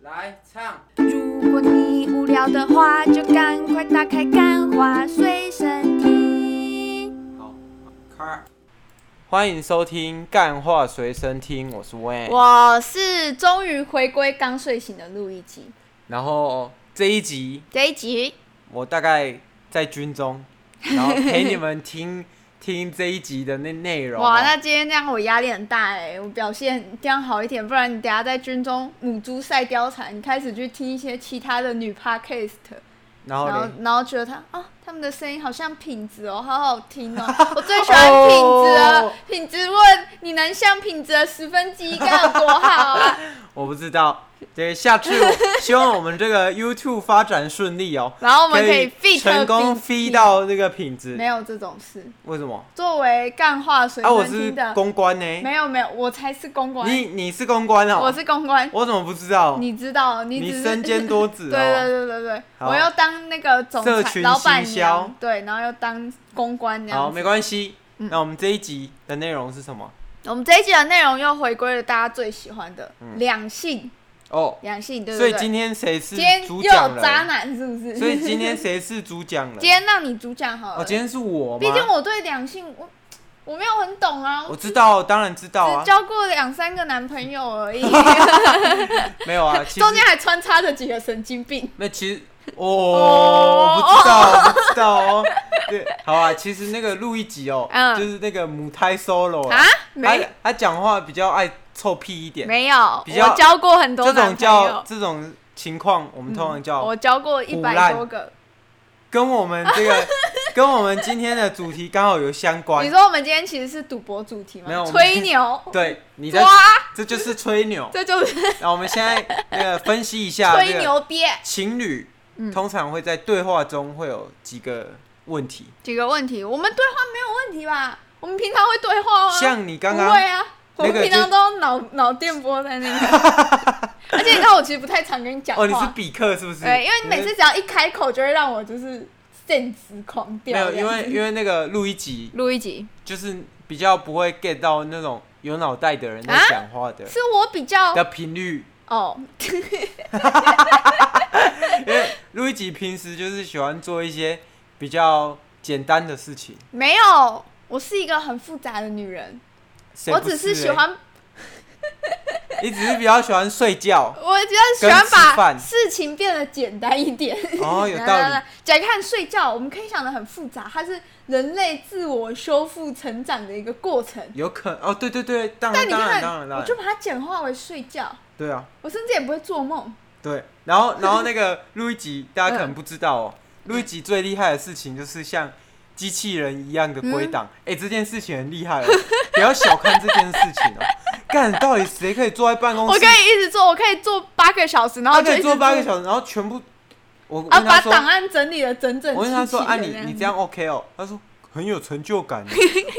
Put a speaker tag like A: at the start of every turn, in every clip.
A: 来唱，
B: 如果你无聊的话，就赶快打开《干花随身听》。
A: 好，开。
C: 欢迎收听《干话随身听》，我是
B: 哎
C: Wayne。
B: 我是终于回归刚睡醒的录一集，
C: 然后这一集
B: 这一集
C: 我大概在军 中，然后陪你们听听这一集的那内容。啊
B: 哇，那今天那样我压力很大哎、我表现这样好一点，不然你等下在军中母猪赛貂蝉，你开始去听一些其他的女 podcast，
C: 然后
B: 然后
C: 嘞，
B: 然后觉得她啊，她们的声音好像品质哦，好好听 哦，我最喜欢品质了
C: 哦，
B: 品质问你能像品质的十分之一该有多好啊！
C: 我不知道，对，下 次希望我们这个 YouTube 发展顺利哦，
B: 然后我们可以 feed
C: 成功
B: feed
C: feed 到那个品质
B: 没。有这种事。
C: 为什么？
B: 作为干话随
C: 啊，我
B: 身
C: 是
B: 听的，
C: 公关呢。
B: 没有没有，我才是公关，
C: 你你是公关哦？
B: 我是公关，
C: 我怎么不知道？
B: 你知道，你只
C: 你
B: 是
C: 身兼多
B: 对
C: 职哦。
B: 对对对对，
C: 好
B: 我要当那个总
C: 社
B: 裁
C: 群
B: 老板
C: 行销
B: 娘，对，然后要当公关那
C: 好，
B: 样子。
C: 没关系。
B: 嗯
C: 那我们这一集的内容是什么？
B: 我们这一集的内容又回归了大家最喜欢的两性，
C: 哦，
B: 两性，对
C: 嗯所
B: 对
C: 以
B: 对。
C: 今天谁是
B: 今天
C: 主
B: 又
C: 讲
B: 有渣
C: 人？
B: 男是不是？
C: 所以今天谁是主讲
B: 今
C: 人？
B: 天让你主讲好
C: 哦，
B: 了，
C: 今天是我
B: 毕竟
C: 吗？
B: 我对两性我我没有很懂啊，
C: 我知道，当然知道啊
B: 只，交过两三个男朋友 而已。
C: 没有啊，其实
B: 中间还穿插着几个神经病。
C: 那其实哦，我不知道，我不知道哦。 对，好啊，其实那个录一集哦
B: 嗯，
C: 就是那个母胎 solo
B: 啊
C: 啊，他
B: 没
C: 他讲话比较爱臭屁一点，
B: 没有，
C: 比较
B: 我交过很多
C: 这
B: 男
C: 种
B: 朋
C: 叫
B: 友，嗯
C: 这种情况，我们通常叫
B: 我交过一
C: 腐
B: 百
C: 烂
B: 多个。
C: 跟我们这 个跟我们今天的主题刚好有相
B: 你
C: 关。
B: 说我们今天其实是赌博主题
C: 没有
B: 吗？
C: 我们
B: 吹牛，
C: 对，你在
B: 抓，
C: 这就是吹牛。
B: 这就是
C: 那我们现在那个分析一 下，
B: 吹
C: 这个
B: 牛爹。
C: 情侣
B: 嗯
C: 通常会在对话中会有几个问题，
B: 几个问题，我们对话没有问题吧？我们平常会对话吗？
C: 像你刚
B: 不会
C: 刚
B: 啊，
C: 那
B: 我
C: 个
B: 们平常
C: 就
B: 都脑脑电波在 那个。而且你知道，我其实不太常跟你讲话。
C: 哦，你是比克是不是？
B: 对，因为你每次只要一开口，就会让我就是甚值狂
C: 没
B: 掉
C: 有，
B: 这样
C: 因
B: 子。
C: 为因为那个录一集
B: 录一集，
C: 就是比较不会 get 到那种有脑袋的人在
B: 啊
C: 讲话的
B: 是我比较
C: 的频率。
B: 哦，
C: 录一集平时就是喜欢做一些比较简单的事情，
B: 没有，我是一个很复杂的女人，
C: 谁
B: 我
C: 不
B: 只
C: 是
B: 是喜
C: 欸
B: 欢，
C: 你只是比较喜欢睡觉
B: 我比较喜欢
C: 跟吃
B: 把
C: 饭
B: 事情变得简单一点。
C: 哦，有
B: 来
C: 道
B: 来
C: 理
B: 来。，假如看睡觉，我们可以想的很复杂，它是人类自我修复成长的一个过程。
C: 有可哦，对对对，当然
B: 但你
C: 当然当
B: 看，
C: 然当
B: 我就
C: 然，
B: 把它简化为睡觉，
C: 对啊
B: 我甚至也不会做梦。
C: 对。然后然后那个路易吉，大家可
B: 嗯
C: 能不知道哦，路易吉最厉害的事情就是像机器人一样的归
B: 嗯
C: 档，哎、这件事情很厉害哦，不要小看这件事情哦。干，到底谁可以坐在办公
B: 我
C: 室？
B: 可以一直做，我可以做八个小时，然后
C: 他
B: 就
C: 可
B: 一
C: 以
B: 直
C: 坐啊八个小时，然后全部。我
B: 啊，
C: 问
B: 把
C: 他说，
B: 档案整理的整整齐齐的。
C: 我问他说，啊，你你这样 OK 哦？他说很有成就 感。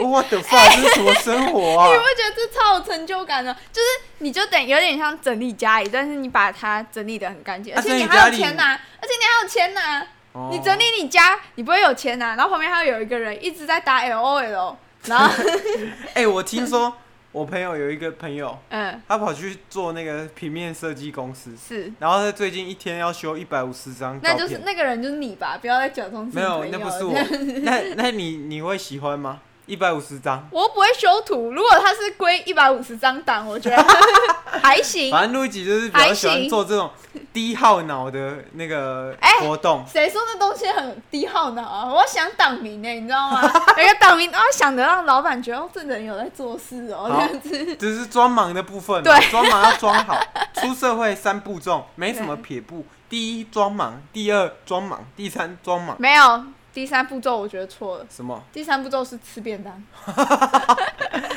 C: 我的 fuck，这是什么生活啊
B: 哎你？会觉得这超有成就感的，就是你就等有点像整理家里，但是你把它整理的很干净，
C: 啊
B: 而且你
C: 整理家
B: 还有
C: 里
B: 钱拿，而且你还有钱拿，
C: 哦
B: 你整理你家，你不会有钱拿，然后旁边还有一个人一直在打 L O L，然后
C: 哎、我听说我朋友有一个朋友，
B: 嗯
C: 他跑去做那个平面设计公司，
B: 是，
C: 然后他最近一天要修一百五十张照
B: 那
C: 片。
B: 就是那个人就是你吧，不要再假装自己
C: 没有，
B: 朋
C: 那
B: 友
C: 不是
B: 了
C: 我
B: 这样。
C: 那那你你会喜欢吗？一百五十张，
B: 我不会修图，如果他是归一百五十张档，我觉得 还行。
C: 反正录一集就是比较喜
B: 还
C: 欢
B: 行
C: 做这种低耗脑的那个
B: 哎
C: 活 动。
B: 谁说这东西很低耗脑啊？我想党名呢、你知道吗？ 有个党名，然后想着让老板觉得哦，这人有在做事哦，这
C: 好
B: 样子。
C: 只是装忙的部分嘛，
B: 对
C: 装忙要装好。出社会三步骤，没什么撇步。第一装忙，第二装忙，第三装忙。
B: 没有，第三步骤我觉得错了。
C: 什么？
B: 第三步骤是吃便当。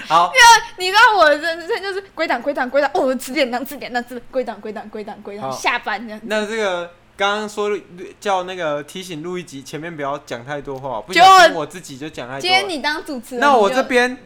C: 好，
B: 你知道我的人生就是归档归档归档，哦，吃便当吃便当吃归档归档归档归档，
C: 好
B: 下班这 样。
C: 那这个刚刚说叫那个提醒录一集，前面不要讲太多话，不
B: 就
C: 小心我自己就讲太多
B: 今天
C: 了。
B: 你当主持人，
C: 那我
B: 你
C: 这
B: 就
C: 边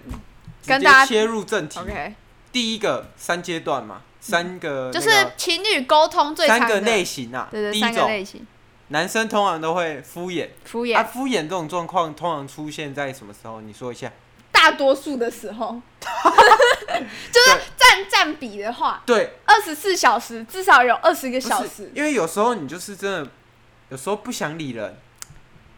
B: 跟
C: 直接
B: 大家
C: 切入正题，
B: OK，
C: 第一个三阶段嘛，三个那
B: 就是
C: 个
B: 情侣沟通最常
C: 三
B: 的
C: 个类型啊。
B: 对
C: 第
B: 对
C: 一
B: 三个
C: 种
B: 类型，
C: 男生通常都会敷衍，
B: 敷
C: 啊，
B: 衍
C: 敷衍这种状况通常出现在什么时候？你说一下。
B: 大多数的时 候，就是占占比的话，
C: 对，
B: 二十四小时至少有二十个
C: 不
B: 小
C: 是
B: 时。
C: 因为有时候你就是真的，有时候不想理人，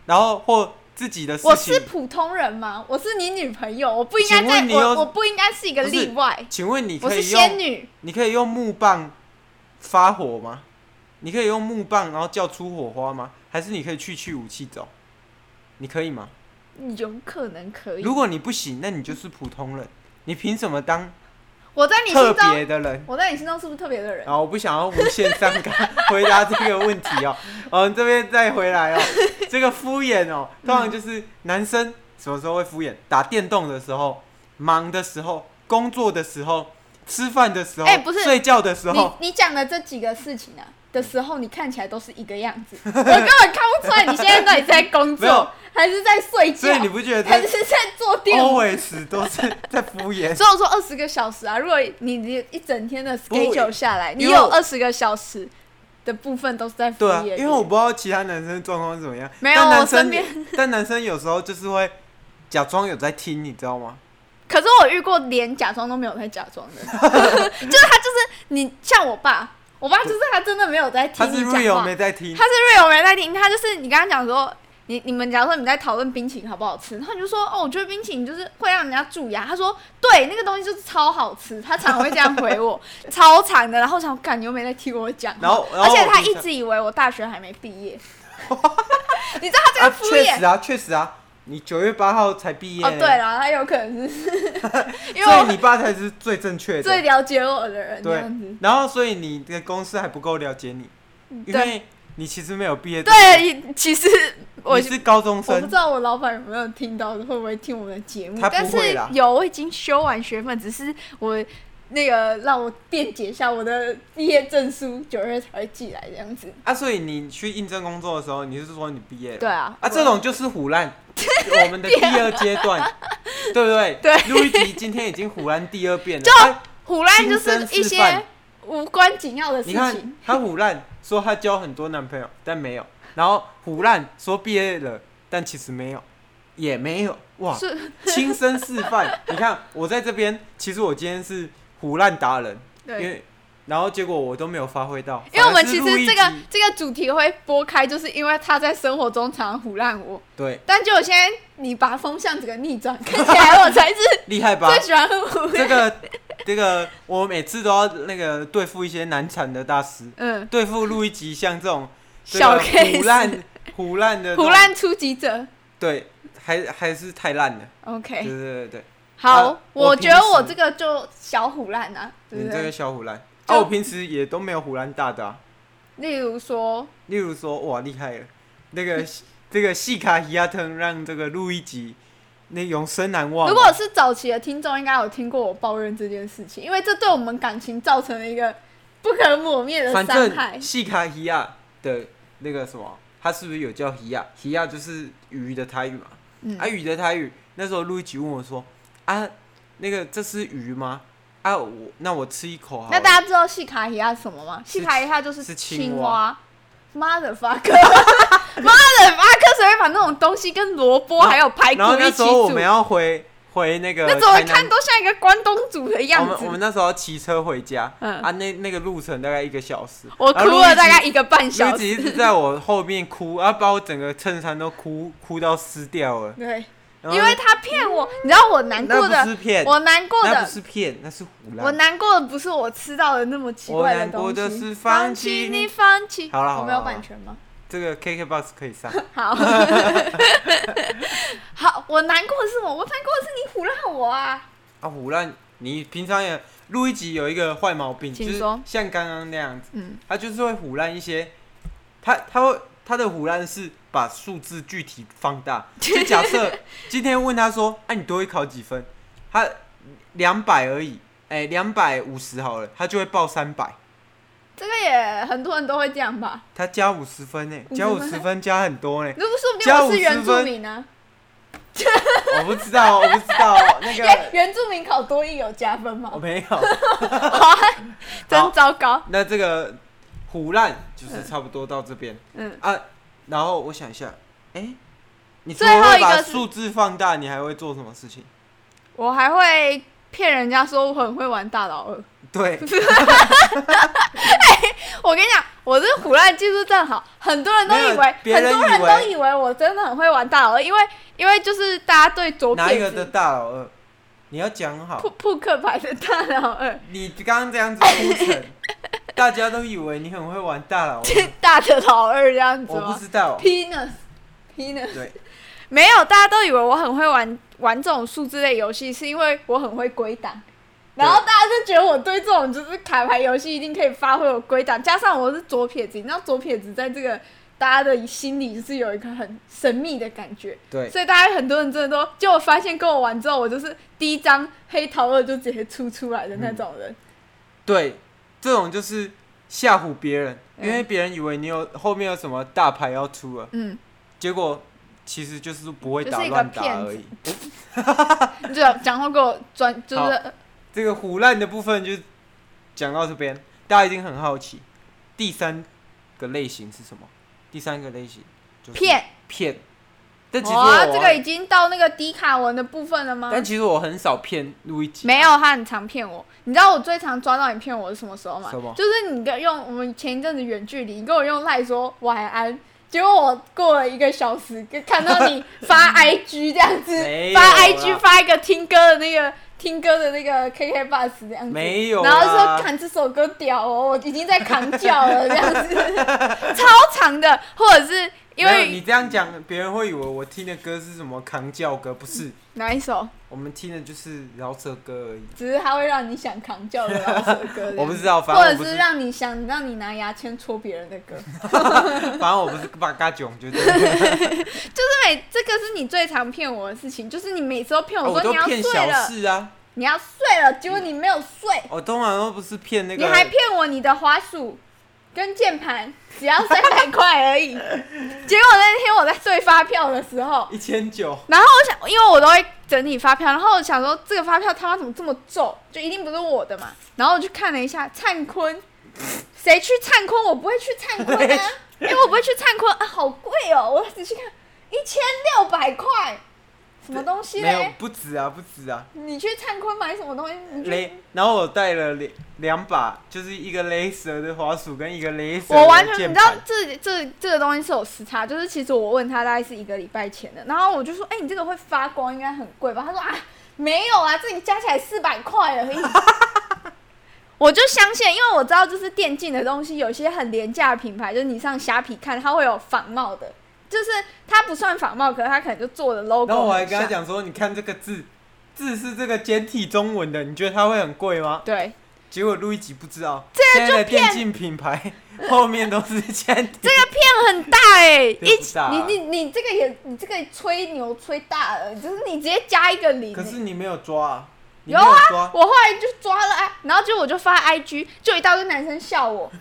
C: 然后或自己的事
B: 我
C: 情。
B: 是普通人吗？我是你女朋友，我不应该
C: 请问
B: 在
C: 你有
B: 我我不应该是一个
C: 不是
B: 例外。
C: 请问你
B: 我
C: 可
B: 是
C: 以
B: 仙
C: 用
B: 女，
C: 你可以用木棒发火吗？你可以用木棒然后叫出火花吗？还是你可以去去武器走？你可以吗？
B: 有可能可以
C: 如。果你不行，那你就是普通人，你凭什么当
B: 我在你
C: 特
B: 心中，
C: 别的人？
B: 我在你心中是不是特别的人？
C: 啊，我不想要无限上纲回答这个问题哦。 哦，你这边再回来哦，这个敷衍哦，通常就是男生什么时候会敷衍？打电动的时候，忙的时候，工作的时候，吃饭的时候，
B: 哎不是
C: 睡觉的时候，
B: 你你讲的这几个事情啊
C: 嗯
B: 的时候，你看起来都是一个样子，我根本看不出来你现在到底是在工
C: 没有
B: 作还是在睡觉
C: 所以，你不觉得
B: 还
C: 这
B: 是在坐电话。
C: always 都是在敷 衍？
B: 所以我说二十个小时啊，如果你你一整天的
C: 不会
B: schedule 下来，你
C: 因为
B: 有
C: 我
B: 二十个小时的部分都是在敷
C: 对啊，
B: 衍你。
C: 因为我不知道其他男生状况是怎么样，
B: 没有
C: 但
B: 我
C: 男
B: 身
C: 生
B: 边，
C: 但男生有时候就是会假装有在听，你知道吗？
B: 可是我遇过连假装都没有在假装的， 就是他就是你像我爸，我爸就是他真的没有在
C: 他
B: 听
C: 是
B: 哦你讲
C: real
B: 话，
C: 没在听
B: 他，是 real 没在听，他就是你刚刚讲说。你你们假如说你们在讨论冰淇淋好不好吃，然后你就说哦，我觉得冰淇淋就是会让人家蛀牙。他说对，那个东西就是超好吃，他常会这样回我， 超长的。然后我想，干你又没在听我讲话，
C: 然后然后
B: 哦而且
C: 我
B: 他
C: 平
B: 一
C: 常
B: 直以为我大学还没毕业，你知道他这
C: 啊，
B: 个敷衍
C: 确、实啊，确实啊，你九月八号才毕业、
B: 哦。对，了，他有可能 是因为
C: 所
B: 我
C: 以你爸才是最正确
B: 最
C: 的。
B: 了解我的人这
C: 对
B: 样子。
C: 然后，所以你的公司还不够了解你，因
B: 嗯对
C: 为你其实没有毕业。，
B: 对，其实我
C: 你是高中
B: 我不
C: 生
B: 知。道我老板有没有听到，会不会听我们的节目？
C: 他不
B: 但是
C: 会啦
B: 有，我已经修完学分，只是我那个让我辩解一下，我的毕业证书九月才会寄来这样子。
C: 啊，所以你去应征工作的时候，你是说你毕业了？
B: 对啊，
C: 啊，
B: 我
C: 这种就是虎 烂，我们的第二阶段，对不对？
B: 对
C: 路易吉今天已经虎烂第二遍了。
B: 就
C: 哎
B: 胡乱就是一
C: 亲身示范
B: 些无关紧要的事
C: 你
B: 情
C: 看。他虎烂说他交很多男朋友，但没有；然后虎烂说毕业了，但其实没有，也没有。哇，
B: 是，
C: 亲身示范。 你看我在这边，其实我今天是虎烂达人，因
B: 对。
C: 为然后结果我都没有发挥到，
B: 因为我们
C: 反而
B: 其
C: 是路易吉
B: 实这个这个主题会拨开，就是因为他在生活中常常胡乱我，
C: 对
B: 但就我现在你把风向整个逆转，看起来我才是
C: 厉害吧
B: 最？喜欢胡
C: 这
B: 乱。
C: 个这个我每次都要那个对付一些难缠的大师，
B: 嗯，
C: 对付路易吉像这种这
B: 小
C: 个虎
B: case
C: 烂虎烂的这种
B: 胡乱出击者。
C: 对，还还是太烂了。对
B: OK，
C: 对对对。
B: 好，
C: 啊
B: 我
C: 我
B: 觉得
C: 平时
B: 我这个就小虎烂啊，对
C: 你
B: 不
C: 这
B: 对？
C: 个小虎兰，
B: 就
C: 啊，我平时也都没有虎兰大的、啊。
B: 例如说，
C: 例如说，哇，厉害了，那个这个细卡希亚腾让这个路易吉那永生难忘啊。
B: 如果是早期的听众，应该有听过我抱怨这件事情，因为这对我们感情造成了一个不可磨灭的
C: 反
B: 伤害
C: 正。细卡希亚的那个什么，他是不是有叫希亚？希亚就是鱼的台语嘛。
B: 嗯
C: 啊，鱼的台语，那时候路易吉问我说，啊，那个这是鱼吗？啊，我那我吃一口好了。
B: 那大家知道细卡伊亚是什么吗？细卡伊亚就是
C: 是青
B: 青
C: 蛙
B: 蛙。妈 的 fuck，妈的 fuck，谁会把那种东西跟萝卜还有排骨
C: 然后那
B: 一
C: 时
B: 起
C: 候我
B: 煮？
C: 们要回回那个
B: 那怎么
C: 台南
B: 看都像一个关东煮的样
C: 我们我们
B: 子。
C: 那时候骑车回家，
B: 嗯
C: 啊，那那个路程大概一个小时，
B: 我
C: 然后
B: 哭
C: 路易
B: 了
C: 吉
B: 大概一个半
C: 路
B: 小
C: 易吉
B: 时
C: 一。直在我后面哭，啊，把我整个衬衫都哭哭到湿掉了。
B: 对，
C: 然后
B: 因为他骗我，你知道我难过
C: 那不
B: 的，
C: 是骗，
B: 我难过
C: 那
B: 的
C: 不，是骗，那是胡
B: 我
C: 乱。
B: 难过的不是我吃到的那么奇怪
C: 我难
B: 东
C: 过
B: 西。
C: 的是放
B: 放
C: 弃
B: 弃
C: 你
B: 你放弃，
C: 好啦好啦
B: 我没有
C: 好啦
B: 版权吗？
C: 这个 KKBOX 可以上，
B: 好，好，我难过的是什么？我难过的是你唬烂我啊！
C: 啊，胡乱。你平常也录一集有一个坏毛病，就
B: 请
C: 是
B: 说
C: 像刚刚那样子，
B: 嗯，
C: 他就是会胡乱一些，他他会他的胡乱是把数字具体放 大。就假设今天问他说：“哎、你多会考几分？”他两百而已，哎、两百五十好了，他就会报三百，
B: 这个也很多人都会这样吧？
C: 他加五十分呢、
B: 50
C: 加五十
B: 欸
C: 分加很多欸呢、
B: 如果说不定
C: 加
B: 我是
C: 50
B: 原住
C: 分
B: 民呢、
C: 我不知道，我不知道那
B: 因为
C: 个
B: 哎原住民考多艺有加分
C: 我
B: 吗？
C: 没有。好
B: 真糟糕。
C: 那这个胡乱就是差不多到这边。
B: 嗯，
C: 啊，然后我想一下，哎、你除
B: 最
C: 了
B: 后
C: 会
B: 一个
C: 把
B: 是
C: 数字放大，你还会做什么事情？
B: 我还会骗人家说我很会玩大老二。
C: 对，
B: 我跟你讲，我这胡乱技术正好，很多人都
C: 没有
B: 以为，
C: 别
B: 很
C: 人
B: 多
C: 以
B: 人都
C: 为
B: 以为我真的很会玩大老二，因为因为就是大家对左
C: 哪一个
B: 撇
C: 的
B: 子
C: 大老二？你要讲好
B: 扑，扑克牌的大老二，
C: 你刚刚这样子铺陈，大家都以为你很会玩大老二，
B: 大的老二这样子
C: 我不
B: 吗
C: 知道。
B: ？Penis Penis
C: 对，
B: 没有，大家都以为我很会玩玩这种数字类游戏，是因为我很会归档。然后大家就觉得我对这种就是卡牌游戏一定可以发挥我归档，加上我是左撇子，你知道左撇子在这个大家的心里就是有一个很神秘的感觉，
C: 对，
B: 所以大家很多人真的都，就我发现跟我玩之后，我就是第一张黑桃二就直接出出来的那种人，
C: 对，这种就是吓唬别人，因为
B: 嗯
C: 别人以为你有后面有什么大牌要出了，
B: 嗯，
C: 结果其实就是不会
B: 就
C: 打
B: 是一个
C: 乱打
B: 骗子
C: 而已。
B: 就讲话给我转，就
C: 好
B: 是
C: 这个胡乱的部分就讲到这边，大家一定很好奇，第三个类型是什么？第三个类型就是
B: 骗。
C: 骗，但其实我、啊
B: 哇，这个已经到那个迪卡文的部分了吗？
C: 但其实我很少骗路易吉，
B: 没有，他很常骗我。你知道我最常抓到你骗我是什么时候吗
C: 什么？
B: 就是你跟用我们前一阵子远距离，你跟我用赖说晚安，结果我过了一个小时，跟看到你 发 IG 这样子
C: 没，有
B: 发
C: 啦
B: IG 发一个听歌的那个听歌的那个 KK bus 这样子，
C: 没有啦
B: 然后说看这首歌屌哦，我已经在扛脚了这样子， 超长的，或者是因
C: 没有你
B: 为
C: 这样讲，别人会以为我听的歌是什么扛教歌，不是，
B: 哪一首？
C: 我们听的就是饶舌歌而已。
B: 只是它会让你想扛叫的老舍歌
C: ，我不知道，反
B: 啊或
C: 正我
B: 者
C: 不
B: 是
C: 是，
B: 让你想让你拿牙签戳别人的歌，就
C: 反正我不是八嘎囧，就这 样。
B: 是每这个是你最常骗我的事情，就是你每次都骗
C: 哦我
B: 说
C: 都
B: 你要
C: 骗
B: 睡
C: 小
B: 了，
C: 事啊，
B: 你要睡了，结果你没有睡，
C: 我通常都不是骗那个。
B: 你还骗我你的滑鼠跟键盘只要三百块而已，结果那天我在对发票的时候。
C: 一千九？
B: 然后我想，因为我都会整理发票，然后我想说这个发票他妈怎么这么皱，就一定不是我的嘛。然后我去看了一下，灿坤，谁去灿坤？我不会去灿坤啊， 因为我不会去灿坤啊，好贵哦！我仔细看，一千六百块，什么东西
C: 没有
B: 嘞？，
C: 不止啊，不止啊。
B: 你去灿坤买什么东西？ 你去。
C: 雷，然后我带了两两把，就是一个雷蛇的滑鼠跟一个雷蛇
B: 我完
C: 的
B: 全
C: 键
B: 你知道
C: 盘。
B: 这这这个东西是有时差，就是其实我问他大概是一个礼拜前的，然后我就说，哎、你这个会发光，应该很贵吧？他说啊，没有啊，这个加起来四百块而已。 我就相信，因为我知道就是电竞的东西，有些很廉价的品牌，就是你上虾皮看，它会有仿冒的，就是它不算仿冒，可是它可能就做的 logo 很像。
C: 然后我还跟他讲说，你看这个字，字是这个简体中文的，你觉得它会很贵吗？
B: 对，
C: 结果路易吉不知道，现在的电竞品牌后面都是简 体。
B: 骗很大哎、
C: 骗
B: 一
C: 不大啊
B: 你你你这个也你这个吹牛吹大了，就是你直接加一个零、
C: 可
B: 欸
C: 是你没有抓啊，你
B: 有
C: 没
B: 啊
C: 有抓，
B: 我后来就抓了啊，然后结果我就发 IG，就一大堆男生 笑我，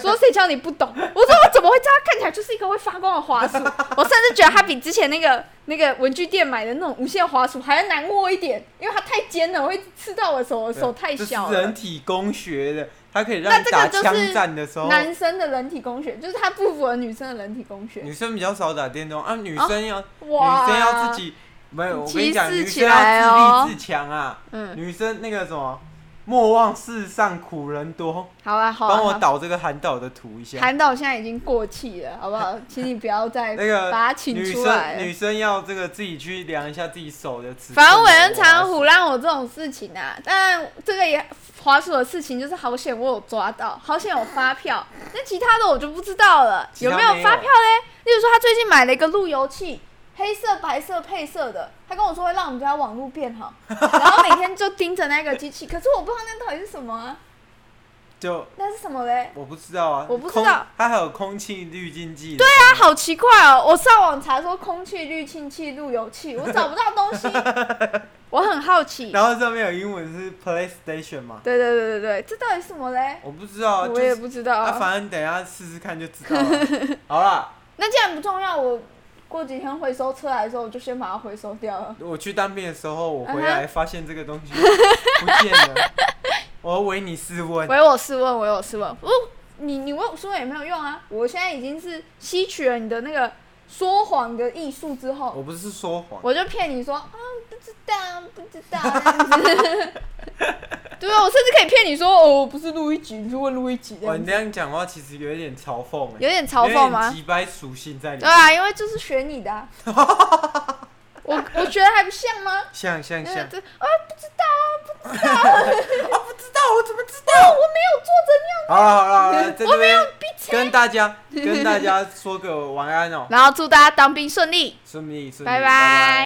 B: 说谁叫你不懂？我说我怎么会知道？看起来就是一个会发光的滑 鼠，我甚至觉得它比之前那个那个文具店买的那种无线滑鼠还要难握一点，因为它太尖了，我会刺到我手，我手太小
C: 这是人
B: 了。
C: 体工学的，它可以让
B: 那
C: 你
B: 这
C: 打
B: 个就是
C: 枪战的时候，
B: 男生的人体工学就是它不符合女生的人体工学。
C: 女生比较少打电动啊，女
B: 哦
C: 生要
B: 哇，
C: 女生要自，己，没有，我跟你讲，
B: 歧视
C: 女
B: 起
C: 生
B: 来
C: 要
B: 哦
C: 自立自强啊。
B: 嗯，
C: 女生那个什么，莫忘世上苦人多，
B: 好啊，好啊，
C: 帮我
B: 好啊。
C: 导这个韩导的图一下。
B: 韩导现在已经过气了，好 不好？请你不要再
C: 那个
B: 把他请
C: 女
B: 出来
C: 生
B: 了
C: 女生要这个自己去量一下自己手的尺寸。
B: 反正我人常虎让我这种事情啊，但这个也滑鼠的事情，就是好险我有抓到，好险有发票。那其他的我就不知道了，
C: 其
B: 有
C: 他
B: 没有
C: 没有
B: 发票嘞？例如说他最近买了一个路由器，黑色、白色配色的，他跟我说会让我们家网络变 好，然后每天就盯着那个机器，可是我不知道那到底是什么啊，
C: 就
B: 那是什么嘞？
C: 我不知道啊，
B: 我不知
C: 空
B: 道，
C: 它还有空气滤净剂。对啊，
B: 他好奇怪哦！我上网查说空气滤清器、路由器，我找不到东 西，我很好奇。
C: 然后上面有英文是 PlayStation 嘛，
B: 对对对对对，这到底是什么嘞？
C: 我不知道啊，
B: 我也
C: 就是
B: 不知道、
C: 啊，反正等一下试试看就知道 了。好啦，
B: 那既然不重要，我过几天回收车来的时候，我就先把它回收掉了。
C: 我去当兵的时候，我回
B: 嗯
C: 来发现这个东西 不见了，我为你试问。
B: 唯我是问，唯哦我是问，不，你你问我说也没有用啊！我现在已经是吸取了你的那个说谎的艺术之后，
C: 我不是说谎，
B: 我就骗你说啊不知道不知道这样子 对啊，我甚至可以骗你说哦我不是路易吉，你去问路易吉这
C: 哇，哦
B: 样
C: 你
B: 子，
C: 这样讲话其实有一点嘲讽、欸，
B: 有点嘲讽吗？
C: 几掰属性在里
B: 对
C: 面。
B: 啊，因为就是学 你的啊、我我觉得还不像吗？
C: 像像像，啊，
B: 嗯这啊不知道啊，不
C: 不知道，我怎么知道？
B: 我没有做这样。
C: 好了好了 好了，在这边
B: 闭嘴
C: 跟大家跟大家说个晚安哦、
B: 然后祝大家当兵顺利，
C: 顺利顺利，
B: 拜
C: 拜
B: 拜。